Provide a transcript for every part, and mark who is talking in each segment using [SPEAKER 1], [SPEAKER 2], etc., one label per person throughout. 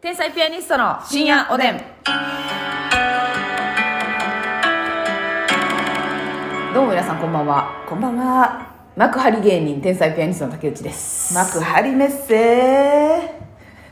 [SPEAKER 1] 天才ピアニストの深夜おでん。どうも皆さんこんばんは。
[SPEAKER 2] こんばんは。
[SPEAKER 1] 幕張芸人天才ピアニストの竹内です。
[SPEAKER 2] 幕張メッセ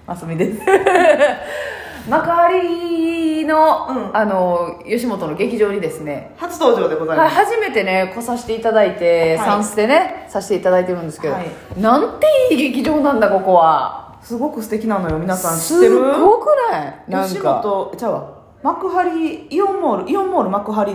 [SPEAKER 2] マスミです。
[SPEAKER 1] 幕張の、
[SPEAKER 2] うん
[SPEAKER 1] あの吉本の劇場にですね。
[SPEAKER 2] 初登場でござい
[SPEAKER 1] はい、
[SPEAKER 2] ます。
[SPEAKER 1] 初めてね来させていただいて、
[SPEAKER 2] はい
[SPEAKER 1] サンスでねさせていただいてるんですけど、
[SPEAKER 2] はい
[SPEAKER 1] なんていい劇場なんだここは
[SPEAKER 2] すごく素敵なのよ、皆さん知ってる
[SPEAKER 1] すごくないなん
[SPEAKER 2] 吉
[SPEAKER 1] か
[SPEAKER 2] 本、ちゃうわ。幕張、イオンモール、イオンモール幕張
[SPEAKER 1] うんう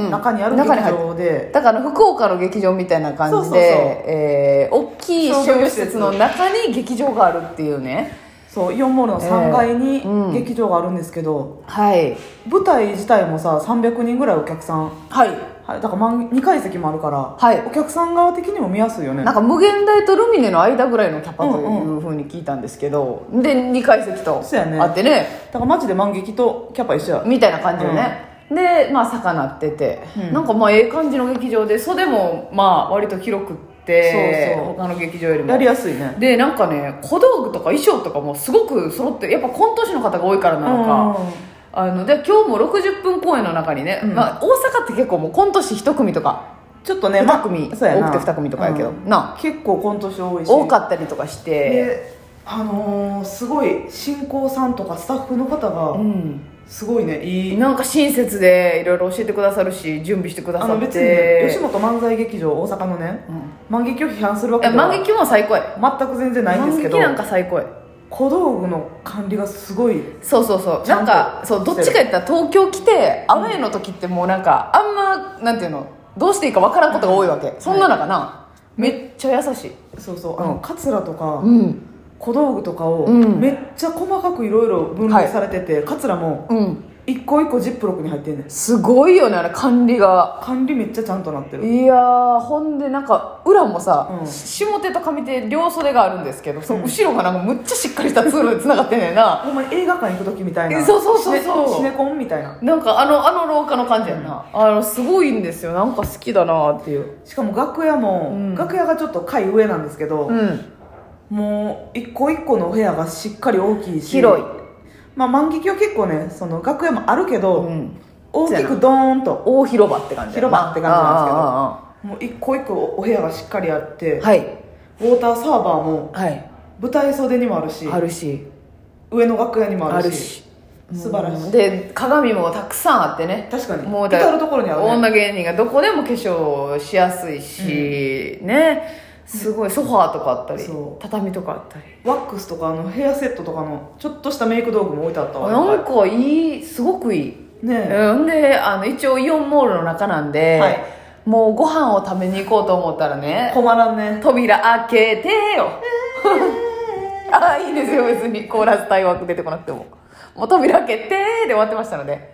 [SPEAKER 1] ん
[SPEAKER 2] の中にある劇
[SPEAKER 1] 中に入って
[SPEAKER 2] 場で、
[SPEAKER 1] だから福岡の劇場みたいな感
[SPEAKER 2] そう
[SPEAKER 1] じ
[SPEAKER 2] そうそう
[SPEAKER 1] でえー大きい商業施設の中に劇場があるっていうね
[SPEAKER 2] そう、イオンモールの3階
[SPEAKER 1] えーうん
[SPEAKER 2] に劇場があるんですけど、
[SPEAKER 1] はい
[SPEAKER 2] 舞台自体もさ、300人ぐらいお客さん。
[SPEAKER 1] はい
[SPEAKER 2] はい、だから満2階席もあるから、
[SPEAKER 1] はい
[SPEAKER 2] お客さん側的にも見やすいよね
[SPEAKER 1] なんか無限大とルミネの間ぐらいのキャパと
[SPEAKER 2] うん
[SPEAKER 1] いうふうに聞いたんですけど、で2階席と
[SPEAKER 2] そうやね
[SPEAKER 1] あってね
[SPEAKER 2] だからマジで満劇とキャパ一緒や
[SPEAKER 1] みたいな感じよね、でまあ魚ってて、
[SPEAKER 2] うん
[SPEAKER 1] なんかまあええ感じの劇場で袖もまあ割と広くって
[SPEAKER 2] そうそう
[SPEAKER 1] 他の劇場よりも
[SPEAKER 2] やりやすいね
[SPEAKER 1] でなんかね小道具とか衣装とかもすごく揃ってやっぱコント師の方が多いからなのか、
[SPEAKER 2] うん
[SPEAKER 1] あので今日も60分公演の中にね、
[SPEAKER 2] うん
[SPEAKER 1] まあ、大阪って結構もうコント師1組とか
[SPEAKER 2] ちょっとね、
[SPEAKER 1] 2
[SPEAKER 2] ま
[SPEAKER 1] 組、
[SPEAKER 2] そうや
[SPEAKER 1] 多
[SPEAKER 2] な
[SPEAKER 1] くて2組とかやけど、
[SPEAKER 2] うん
[SPEAKER 1] な
[SPEAKER 2] 結構コント師多いし
[SPEAKER 1] 多かったりとかして、
[SPEAKER 2] であのーすごい進行さんとかスタッフの方
[SPEAKER 1] う
[SPEAKER 2] が
[SPEAKER 1] ん、
[SPEAKER 2] すごいねいい、
[SPEAKER 1] なんか親切でいろいろ教えてくださるし準備してくだ
[SPEAKER 2] あ
[SPEAKER 1] さ
[SPEAKER 2] の
[SPEAKER 1] って
[SPEAKER 2] 別にね吉本漫才劇場大阪のね
[SPEAKER 1] うん
[SPEAKER 2] 万劇を批判するわ
[SPEAKER 1] い
[SPEAKER 2] け
[SPEAKER 1] や
[SPEAKER 2] では
[SPEAKER 1] 万劇も最高や
[SPEAKER 2] 全く全然ないんですけど
[SPEAKER 1] 万劇なんか最高や
[SPEAKER 2] 小道具の管理がすごい
[SPEAKER 1] そうそうそう
[SPEAKER 2] ちゃ
[SPEAKER 1] なん
[SPEAKER 2] と
[SPEAKER 1] んかそうどっちかやったら東京来てアウェーの時ってもうなんかあんまなんていうのどうしていいかわからんことが多いわけ、そんな中なめっちゃ優しい
[SPEAKER 2] そうそうあのカツラとか
[SPEAKER 1] うん
[SPEAKER 2] 小道具とかを
[SPEAKER 1] うん
[SPEAKER 2] めっちゃ細かくいろいろ分類されてて、カツラも
[SPEAKER 1] うん
[SPEAKER 2] 一個一個ジップロックに入ってんねん
[SPEAKER 1] すごいよねあれ管理が
[SPEAKER 2] 管理めっちゃちゃんとなってる
[SPEAKER 1] いやーほんでなんか裏もさ、
[SPEAKER 2] うん
[SPEAKER 1] 下手と上手両袖があるんですけど、その
[SPEAKER 2] うん
[SPEAKER 1] 後ろがなんかむっちゃしっかりしたツールでつながってんねんな
[SPEAKER 2] ほんまに映画館行く時みたいな
[SPEAKER 1] えそうそうそうそう
[SPEAKER 2] シネシネコンみたい な
[SPEAKER 1] なんかあのあの廊下の感じやんな、あのすごいんですよなんか好きだなっていう
[SPEAKER 2] しかも楽屋も、
[SPEAKER 1] うん
[SPEAKER 2] 楽屋がちょっと階上なんですけど、
[SPEAKER 1] うん
[SPEAKER 2] もう一個一個のお部屋がしっかり大きいし
[SPEAKER 1] 広い、
[SPEAKER 2] まあ、満劇は結構ねその楽屋もあるけど、
[SPEAKER 1] うん、
[SPEAKER 2] 大きくドーンと
[SPEAKER 1] 大広場って感じやな
[SPEAKER 2] 広場って感じなんですけど
[SPEAKER 1] ああああああ
[SPEAKER 2] もう一個一個お部屋がしっかりあって、
[SPEAKER 1] はい
[SPEAKER 2] ウォーターサーバーも
[SPEAKER 1] はい
[SPEAKER 2] 舞台袖にもあるし
[SPEAKER 1] あるし
[SPEAKER 2] 上の楽屋にもあ
[SPEAKER 1] あ
[SPEAKER 2] る
[SPEAKER 1] る
[SPEAKER 2] し
[SPEAKER 1] し
[SPEAKER 2] 素晴らしい
[SPEAKER 1] で鏡もたくさんあってね
[SPEAKER 2] 確かに
[SPEAKER 1] もうだ
[SPEAKER 2] 至る所にあるね
[SPEAKER 1] 女芸人がどこでも化粧しやすいし、ねすごいソファーとかあったり
[SPEAKER 2] そう
[SPEAKER 1] 畳とかあったり
[SPEAKER 2] ワックスとかあのヘアセットとかのちょっとしたメイク道具も置いてあったわい
[SPEAKER 1] な
[SPEAKER 2] っ
[SPEAKER 1] ん
[SPEAKER 2] ぱ
[SPEAKER 1] かいいすごくいい、
[SPEAKER 2] いねえ、
[SPEAKER 1] うんであの一応イオンモールの中なんで、
[SPEAKER 2] はい
[SPEAKER 1] もうご飯を食べに行こうと思ったらね
[SPEAKER 2] 困らんね
[SPEAKER 1] 扉開けてよ ああいいですよ別にコーラス対枠出てこなくてももう扉開けてで終わってましたので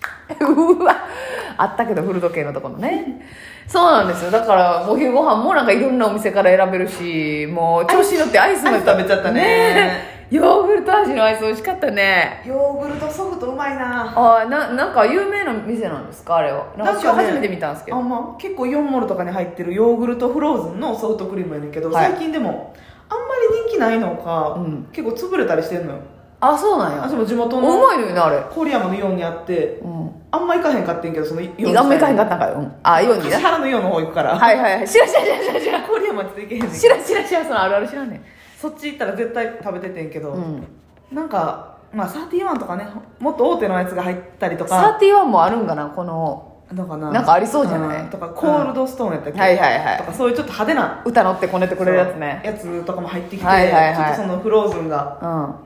[SPEAKER 1] うわあったけど古時計のところねそうなんですよだからお昼ご飯もなんかいろんなお店から選べるしもう調子に乗ってアイスも
[SPEAKER 2] アイス食べちゃったね
[SPEAKER 1] えヨーグルト味のアイス美味しかったね
[SPEAKER 2] ヨーグルトソフトうまいな
[SPEAKER 1] あーななんか有名な店なんですかあれはなんか今日
[SPEAKER 2] ね
[SPEAKER 1] 初めて見たんですけど、
[SPEAKER 2] あまあ結構イオンモールとかに入ってるヨーグルトフローズンのソフトクリームやねんけど、
[SPEAKER 1] はい
[SPEAKER 2] 最近でもあんまり人気ないのか、
[SPEAKER 1] うん
[SPEAKER 2] 結構潰れたりしてんのよ
[SPEAKER 1] あそうなんや
[SPEAKER 2] 私も地元
[SPEAKER 1] う
[SPEAKER 2] の
[SPEAKER 1] まいのよねあれ
[SPEAKER 2] 郡山のイオンにあって
[SPEAKER 1] うん
[SPEAKER 2] あんま行かへんかってんけどそのイ
[SPEAKER 1] 胃が向かへんか
[SPEAKER 2] っ
[SPEAKER 1] ったんかよ。うんあ、ように
[SPEAKER 2] 橿
[SPEAKER 1] な。
[SPEAKER 2] 原のイオンの方行くから、
[SPEAKER 1] はいはいはい。知らん知らん知らん知らん
[SPEAKER 2] 郡山って行けへんねんけど
[SPEAKER 1] 知らん。知らん知らん知らん。そのあるある知らんねん。
[SPEAKER 2] そっち行ったら絶対食べててんけど、
[SPEAKER 1] うん。
[SPEAKER 2] なんかまあ31とかねもっと大手のやつが入ったりとか
[SPEAKER 1] 31もあるんかな、この、
[SPEAKER 2] なんかな
[SPEAKER 1] なんかありそうじゃない
[SPEAKER 2] んとかコールドストーンやったっけ、
[SPEAKER 1] はいはいは
[SPEAKER 2] と
[SPEAKER 1] い。
[SPEAKER 2] かそういうちょっと派手な
[SPEAKER 1] 歌乗ってこねてくれるやつね。
[SPEAKER 2] やつとかも入ってきて、
[SPEAKER 1] はいはいはい
[SPEAKER 2] ちょっとそのフローズンが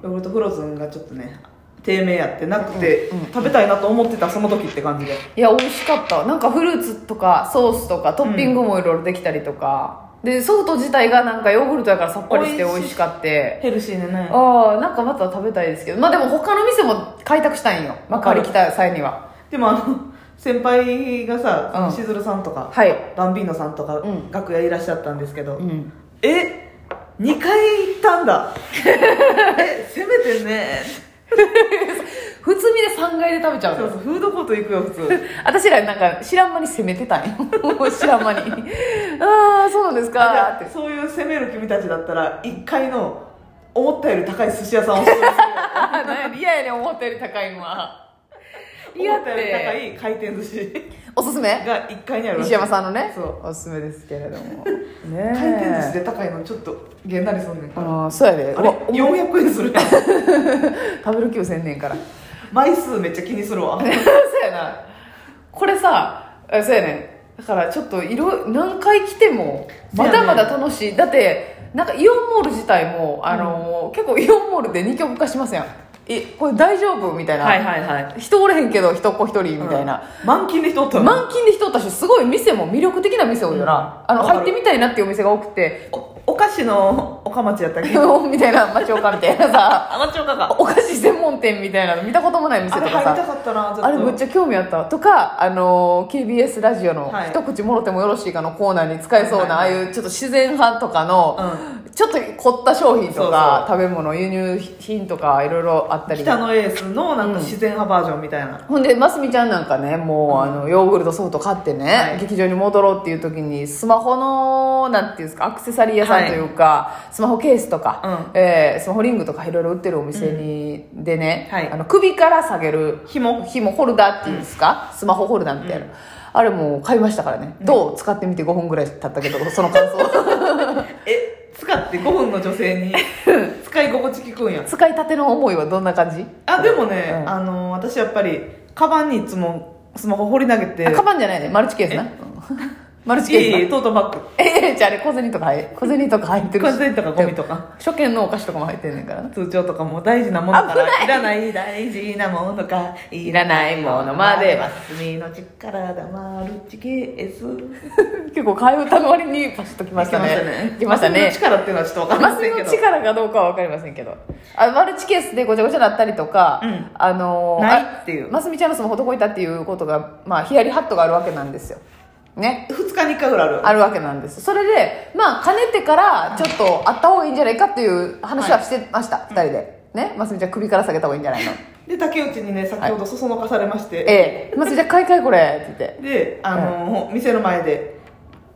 [SPEAKER 1] うん。
[SPEAKER 2] ヨーグルトフローズンがちょっとね低迷やってなくて、
[SPEAKER 1] うんうん
[SPEAKER 2] 食べたいなと思ってたその時って感じで
[SPEAKER 1] いや、美味しかったわ。なんかフルーツとかソースとかトッピングもいろいろできたりとか。で、ソフト自体がなんかヨーグルトやからさっぱりして美
[SPEAKER 2] 美味しい
[SPEAKER 1] 味しかって。
[SPEAKER 2] ヘルシーでね
[SPEAKER 1] ああ、なんかまた食べたいですけど。まあでも他の店も開拓したいんよ。幕張来た際には。
[SPEAKER 2] でもあの先輩が
[SPEAKER 1] う
[SPEAKER 2] さ、
[SPEAKER 1] ん
[SPEAKER 2] しずるさんとか、
[SPEAKER 1] はい。
[SPEAKER 2] バンビーノさんとか、
[SPEAKER 1] うん
[SPEAKER 2] 楽屋いらっしゃったんですけど、
[SPEAKER 1] うん。
[SPEAKER 2] え2回行ったんだ えせめてね
[SPEAKER 1] 普通にで3階で食べちゃうの
[SPEAKER 2] そうそうフードコート行くよ普通
[SPEAKER 1] 私らなんか知らん間に攻めてたんよ もう知らん間に ああそうなんですかって
[SPEAKER 2] そういう攻める君たちだったら1階の思ったより高い寿司屋さんをおすすめするよ
[SPEAKER 1] やねん嫌やねん思ったより高いのは
[SPEAKER 2] 思ったより高い回転寿司
[SPEAKER 1] おすすめ
[SPEAKER 2] が1階にあるらしい
[SPEAKER 1] 西山さんのね
[SPEAKER 2] そう
[SPEAKER 1] おすすめですけれ どもね
[SPEAKER 2] 回転寿司
[SPEAKER 1] え
[SPEAKER 2] で高いのちょっとげんなりすんねんから
[SPEAKER 1] ああそうやで
[SPEAKER 2] あ
[SPEAKER 1] う
[SPEAKER 2] れ
[SPEAKER 1] わ
[SPEAKER 2] 400円する
[SPEAKER 1] 食べる気をせんねん から
[SPEAKER 2] 枚数めっちゃ気にするわ
[SPEAKER 1] そうやなこれさあそうやねんだからちょっといろ何回来てもまだまだ楽しい、だってなんかイオンモール自体も、あのー結構イオンモールで二極化しませんえこれ大丈夫みたいな、
[SPEAKER 2] はいはい
[SPEAKER 1] 人おれへんけど人っ子一人みたいな、
[SPEAKER 2] 満勤で人おったの
[SPEAKER 1] 満勤で人おったしすごい店も魅力的な店多いよな、
[SPEAKER 2] う
[SPEAKER 1] あ
[SPEAKER 2] ん
[SPEAKER 1] の
[SPEAKER 2] わかる
[SPEAKER 1] 入ってみたいなっていうお店が多くて
[SPEAKER 2] おお菓子のおかまちやったっけ
[SPEAKER 1] みたいな町岡みたいなさ
[SPEAKER 2] あまちおかか
[SPEAKER 1] お菓子専門店みたいなの見たこともない店
[SPEAKER 2] あ
[SPEAKER 1] と
[SPEAKER 2] れ
[SPEAKER 1] か
[SPEAKER 2] 入りた
[SPEAKER 1] さ
[SPEAKER 2] かったなちょっと
[SPEAKER 1] あれむっちゃ興味あったとか、あのー KBS ラジオの
[SPEAKER 2] は
[SPEAKER 1] 「
[SPEAKER 2] い
[SPEAKER 1] 一口もろてもよろしいか」のコーナーに使えそうな、
[SPEAKER 2] はいはい
[SPEAKER 1] ああいうちょっと自然派とかの、ちょっと凝った商品とか食べ物輸入品とかいろいろあったり
[SPEAKER 2] 北のエースのなんか自然派バージョンみたいな、
[SPEAKER 1] ほんでますみちゃんなんかねもう、あのヨーグルトソフト買ってね、
[SPEAKER 2] はい
[SPEAKER 1] 劇場に戻ろうっていう時にスマホのなんていうんですかアクセサリー屋さんというか、スマホケースとか、えースマホリングとかいろいろ売ってるお店に、でね、
[SPEAKER 2] はい
[SPEAKER 1] あの首から下げる
[SPEAKER 2] 紐
[SPEAKER 1] 紐ホルダーっていうんですか、スマホホルダーみたいな、あれもう買いましたからね、どう使ってみて5分ぐらい経ったけどその感 想
[SPEAKER 2] え使って5分の女性 に使い心地聞くんや
[SPEAKER 1] 使いたての思いはどんな感じ
[SPEAKER 2] あでもね、
[SPEAKER 1] うん
[SPEAKER 2] あの私やっぱりカバンにいつもスマホ放り投げて
[SPEAKER 1] あカバンじゃないねマルチケースなうんマルチケース
[SPEAKER 2] い
[SPEAKER 1] ない
[SPEAKER 2] いいトートバッグ
[SPEAKER 1] ええじゃああれ小銭とか入小銭とか入ってるし
[SPEAKER 2] 小銭とかゴミとか
[SPEAKER 1] 初見のお菓子とかも入ってんねんからな
[SPEAKER 2] 通帳とかも大事なものか
[SPEAKER 1] 危な
[SPEAKER 2] ら
[SPEAKER 1] い
[SPEAKER 2] いらない大事なものからい
[SPEAKER 1] いらないものまで
[SPEAKER 2] マスミの力だマルチケース
[SPEAKER 1] 結構替え歌の割にパシッときましたね来ました
[SPEAKER 2] マ
[SPEAKER 1] ね
[SPEAKER 2] スミの力っていうのはちょっとわかり
[SPEAKER 1] マ
[SPEAKER 2] ま
[SPEAKER 1] ス
[SPEAKER 2] せ
[SPEAKER 1] ミ
[SPEAKER 2] んけ
[SPEAKER 1] の
[SPEAKER 2] ど
[SPEAKER 1] 力かどうかは分かりませんけどあマルチケースでごちゃごちゃなったりとか、
[SPEAKER 2] うん
[SPEAKER 1] あのー
[SPEAKER 2] ないってい
[SPEAKER 1] あ
[SPEAKER 2] う
[SPEAKER 1] マスミちゃんのスマホどこ行ったっていうことが、まあ、ヒヤリハットがあるわけなんですよね
[SPEAKER 2] 2日に1回ぐらいある
[SPEAKER 1] あるわけなんですそれでまあかねてからちょっとあった方がいいんじゃないかっていう話はしてました、二人でねマスミちゃん首から下げた方がいいんじゃ ないの
[SPEAKER 2] で竹内にね先ほどそそのかされまして、
[SPEAKER 1] ええマスミちゃん買い替えこれって言って
[SPEAKER 2] であのー店の前で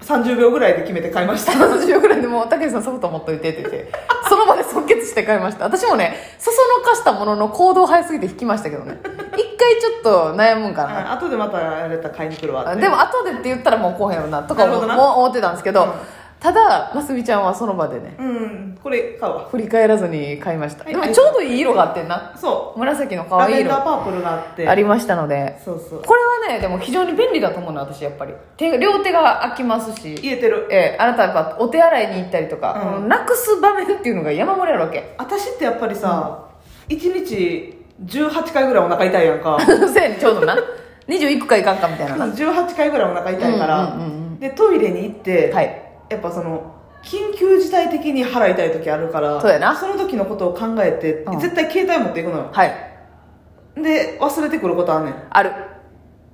[SPEAKER 2] 30秒ぐらいで決めて買いました
[SPEAKER 1] 30秒ぐらいでもう竹内さんソフト持っといてって言ってその場で即決して買いました私もねそそのかしたものの行動早すぎて引きましたけどね一回ちょっと悩むんかな
[SPEAKER 2] あ後でまたやれたら買いに来るわって
[SPEAKER 1] でも後でって言ったらもうこうへんよなとか
[SPEAKER 2] なる
[SPEAKER 1] も
[SPEAKER 2] ほどな
[SPEAKER 1] もう思ってたんですけど、
[SPEAKER 2] うん
[SPEAKER 1] ただますみちゃんはその場でね
[SPEAKER 2] うんこれ買うわ
[SPEAKER 1] 振り返らずに買いました、
[SPEAKER 2] はい
[SPEAKER 1] でもちょうどいい色があってんな
[SPEAKER 2] そ
[SPEAKER 1] 紫の
[SPEAKER 2] う
[SPEAKER 1] 可
[SPEAKER 2] ラ
[SPEAKER 1] 愛い
[SPEAKER 2] ベン
[SPEAKER 1] 色
[SPEAKER 2] ダーパープルがあって
[SPEAKER 1] ありましたので
[SPEAKER 2] そうそう
[SPEAKER 1] これはねでも非常に便利だと思うの私やっぱり手が両手が空きますし
[SPEAKER 2] 言えてる
[SPEAKER 1] ええあなたはやっぱお手洗いに行ったりとか、
[SPEAKER 2] うん
[SPEAKER 1] このなくす場面っていうのが山盛りあるわけ
[SPEAKER 2] 私ってやっぱりさ、一日18回ぐらいお腹痛いやんか
[SPEAKER 1] せやねちょうどな21回いかんかみたいななは
[SPEAKER 2] 18回ぐらいお腹痛いから、
[SPEAKER 1] うんうんうんうん
[SPEAKER 2] でトイレに行って、
[SPEAKER 1] い
[SPEAKER 2] やっぱその緊急事態的に腹痛い時あるから
[SPEAKER 1] そうやな
[SPEAKER 2] の時のことを考えて、
[SPEAKER 1] うん
[SPEAKER 2] 絶対携帯持っていくのよ
[SPEAKER 1] はい
[SPEAKER 2] で忘れてくることあんねん
[SPEAKER 1] ある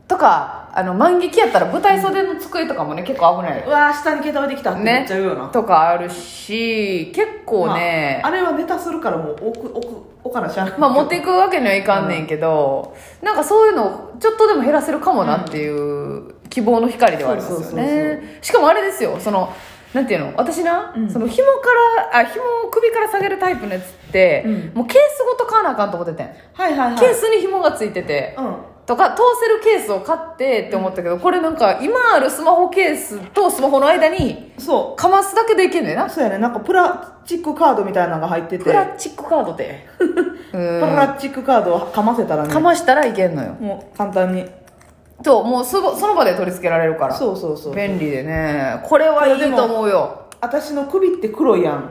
[SPEAKER 1] とかあの万劇やったら舞台袖の机とかもね結構危ないう
[SPEAKER 2] わー下に携帯できたってめっちゃ言うよな、
[SPEAKER 1] とかあるし結構ね、
[SPEAKER 2] まあ、あれはネタするからもう置く置く置かなしゃあない
[SPEAKER 1] まあ、持っていくわけにはいかんねんけど、なんかそういうのをちょっとでも減らせるかもなっていう希望の光ではありますよ
[SPEAKER 2] そうそうそう
[SPEAKER 1] ねしかもあれですよそのなんていうの私な、
[SPEAKER 2] うん
[SPEAKER 1] その紐からあ紐を首から下げるタイプのやつって、
[SPEAKER 2] うん
[SPEAKER 1] もうケースごと買わなあかんと思っててん、
[SPEAKER 2] はいはいはい
[SPEAKER 1] ケースに紐がついてて、
[SPEAKER 2] うん
[SPEAKER 1] とか通せるケースを買ってって思ったけどこれなんか今あるスマホケースとスマホの間に
[SPEAKER 2] そ
[SPEAKER 1] かますだけでいけんねんな
[SPEAKER 2] うそうやねなんかプラスチックカードみたいなのが入ってて
[SPEAKER 1] プラチックカードで う
[SPEAKER 2] プ
[SPEAKER 1] ん
[SPEAKER 2] ラスチックカードをかませたらね
[SPEAKER 1] かましたらいけんのよ
[SPEAKER 2] もう簡単に
[SPEAKER 1] ともうそのその場で取り付けられるから
[SPEAKER 2] そうそうそう
[SPEAKER 1] 便利でねこれはいい
[SPEAKER 2] でも
[SPEAKER 1] と思うよ
[SPEAKER 2] 私の首って黒いやん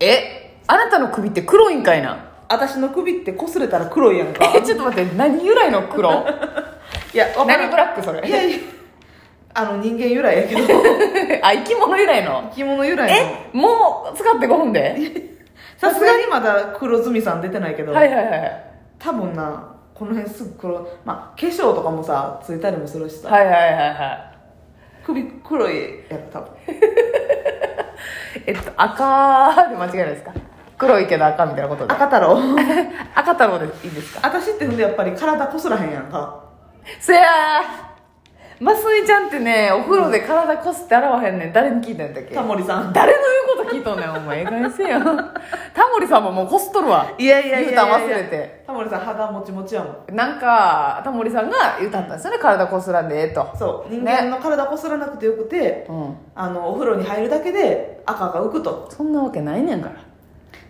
[SPEAKER 1] えあなたの首って黒いんかいな
[SPEAKER 2] 私の首って擦れたら黒いやんか
[SPEAKER 1] えちょっと待って何由来の 黒
[SPEAKER 2] いやわから
[SPEAKER 1] 何
[SPEAKER 2] ん
[SPEAKER 1] ブラックそれ
[SPEAKER 2] いやいやあの人間由来やけど
[SPEAKER 1] あ生き物由来の
[SPEAKER 2] 着物由来の
[SPEAKER 1] えもう使って5分で
[SPEAKER 2] さすがにまだ黒ずみさん出てないけ ど、
[SPEAKER 1] はいはいはい
[SPEAKER 2] 多分なこの辺すぐ黒まあ化粧とかもさついたりもするしさ、
[SPEAKER 1] はいはいはいは
[SPEAKER 2] 首黒いやった多分
[SPEAKER 1] いえっと赤で間違いないですか黒いけど赤みたいなことで
[SPEAKER 2] 赤太郎
[SPEAKER 1] 赤太郎でいいですか
[SPEAKER 2] 私ってほんでやっぱり体こすらへんやんか
[SPEAKER 1] せやーマスミちゃんってねお風呂で体こすって洗わへんねん誰に聞いたんだっけ
[SPEAKER 2] タモリさん
[SPEAKER 1] 誰の言うこと聞いとんねんお前ええかげんせえよ タモリさんももうこすっとるわ
[SPEAKER 2] いやいやいやいや
[SPEAKER 1] 言うたん忘れて
[SPEAKER 2] タモリさん肌もちもちやもん
[SPEAKER 1] なんかタモリさんが言うたったんですよね体こすらんでええと
[SPEAKER 2] そう人
[SPEAKER 1] ね
[SPEAKER 2] 間の体こすらなくてよくて、
[SPEAKER 1] うん
[SPEAKER 2] あのお風呂に入るだけで赤が浮くと
[SPEAKER 1] そんなわけないねんから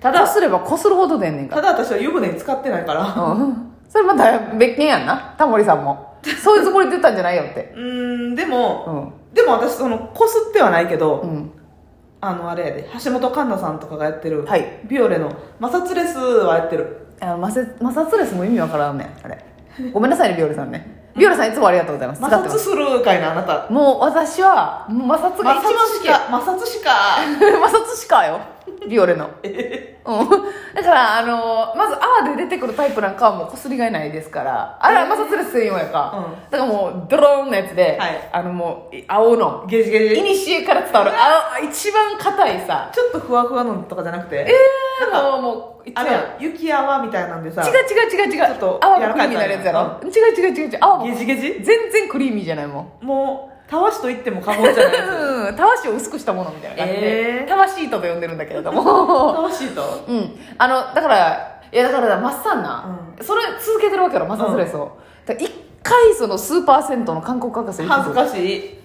[SPEAKER 2] た
[SPEAKER 1] こ
[SPEAKER 2] だ
[SPEAKER 1] すればこするほど出んねんか
[SPEAKER 2] ただ私は湯船に使ってないから
[SPEAKER 1] らうんそれまた別件やんなタモリさんもそういうつもりで言ったんじゃないよって
[SPEAKER 2] うーんで
[SPEAKER 1] う
[SPEAKER 2] も、
[SPEAKER 1] ん
[SPEAKER 2] でも私そのこすってはないけど、
[SPEAKER 1] うん
[SPEAKER 2] あのあれやで橋本環奈さんとかがやってる、
[SPEAKER 1] はい
[SPEAKER 2] ビオレの摩擦レスはやってる
[SPEAKER 1] あ摩擦摩擦レスも意味わからんねんあれごめんなさいねビオレさんねビオレさんいつもありがとうございます使って
[SPEAKER 2] 摩
[SPEAKER 1] ま
[SPEAKER 2] 擦
[SPEAKER 1] す
[SPEAKER 2] するかいなあなた
[SPEAKER 1] もう私はもう摩擦が
[SPEAKER 2] 摩
[SPEAKER 1] 一番好
[SPEAKER 2] 擦
[SPEAKER 1] き
[SPEAKER 2] しか摩擦し か
[SPEAKER 1] 摩擦しかよビオレ のうん、だから、あのまず泡で出てくるタイプなんかはもうこすりがいないですからあれは摩擦レス専用やか、
[SPEAKER 2] うん
[SPEAKER 1] だからもうドローンのやつで、
[SPEAKER 2] はい
[SPEAKER 1] あのもうい青の
[SPEAKER 2] ゲジゲ
[SPEAKER 1] い
[SPEAKER 2] ジ
[SPEAKER 1] にしえから伝わるあ一番硬いさ
[SPEAKER 2] ちょっとふわふわのとかじゃなくて
[SPEAKER 1] ええー、もうもういつ
[SPEAKER 2] あ
[SPEAKER 1] も
[SPEAKER 2] れや雪泡みたいなんでさ
[SPEAKER 1] 違う違う違う違う
[SPEAKER 2] ちょっと
[SPEAKER 1] 泡
[SPEAKER 2] 柔
[SPEAKER 1] も
[SPEAKER 2] ら
[SPEAKER 1] ク
[SPEAKER 2] か
[SPEAKER 1] リーミーに
[SPEAKER 2] いの
[SPEAKER 1] なるやつやろ違う違う違う違う泡も
[SPEAKER 2] ゲジゲジ
[SPEAKER 1] 全然クリーミーじゃないもん
[SPEAKER 2] もうたわしと言っても過言じゃないや つ
[SPEAKER 1] うんたわしを薄くしたものみたいな感じで、
[SPEAKER 2] えー
[SPEAKER 1] たわし糸と呼んでるんだけれども
[SPEAKER 2] たわしと
[SPEAKER 1] うん、あのだからいやだからマッサンな、それ続けてるわけやろマッサンスレスを、だから一回そのスーパー銭湯の韓国博士に行
[SPEAKER 2] 恥
[SPEAKER 1] く
[SPEAKER 2] ず
[SPEAKER 1] んですよ
[SPEAKER 2] かしい
[SPEAKER 1] い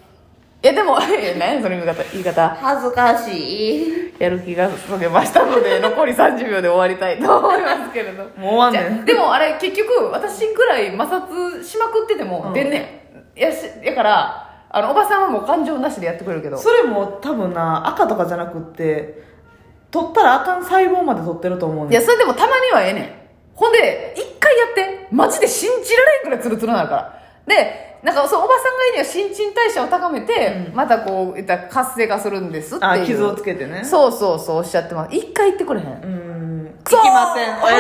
[SPEAKER 1] やでも いや何やその言い方言い方
[SPEAKER 2] 恥ずかしい
[SPEAKER 1] やる気がそげましたの で残り30秒で終わりたいと思いますけれど
[SPEAKER 2] もう終わん
[SPEAKER 1] じ
[SPEAKER 2] ね
[SPEAKER 1] ゃ
[SPEAKER 2] ん
[SPEAKER 1] でもあれ結局私ぐらい摩擦しまくってて
[SPEAKER 2] う
[SPEAKER 1] も
[SPEAKER 2] ん
[SPEAKER 1] 出んねん、いやしやからあのおばさんはもう感情なしでやってくれるけど
[SPEAKER 2] それも多分な赤とかじゃなくって取ったらあかん細胞まで取ってると思う
[SPEAKER 1] いや
[SPEAKER 2] ねん
[SPEAKER 1] それでもたまにはええねんほんで一回やってマジで信じられんくらいツルツルなるからでなんかそうおばさんがいいには新陳代謝を高めて、またこういったら活性化するんですっていう
[SPEAKER 2] あ傷をつけてね
[SPEAKER 1] そうそうそうおっしゃってます一回言ってくれへん、
[SPEAKER 2] うーん
[SPEAKER 1] くそー
[SPEAKER 2] 行きませんおや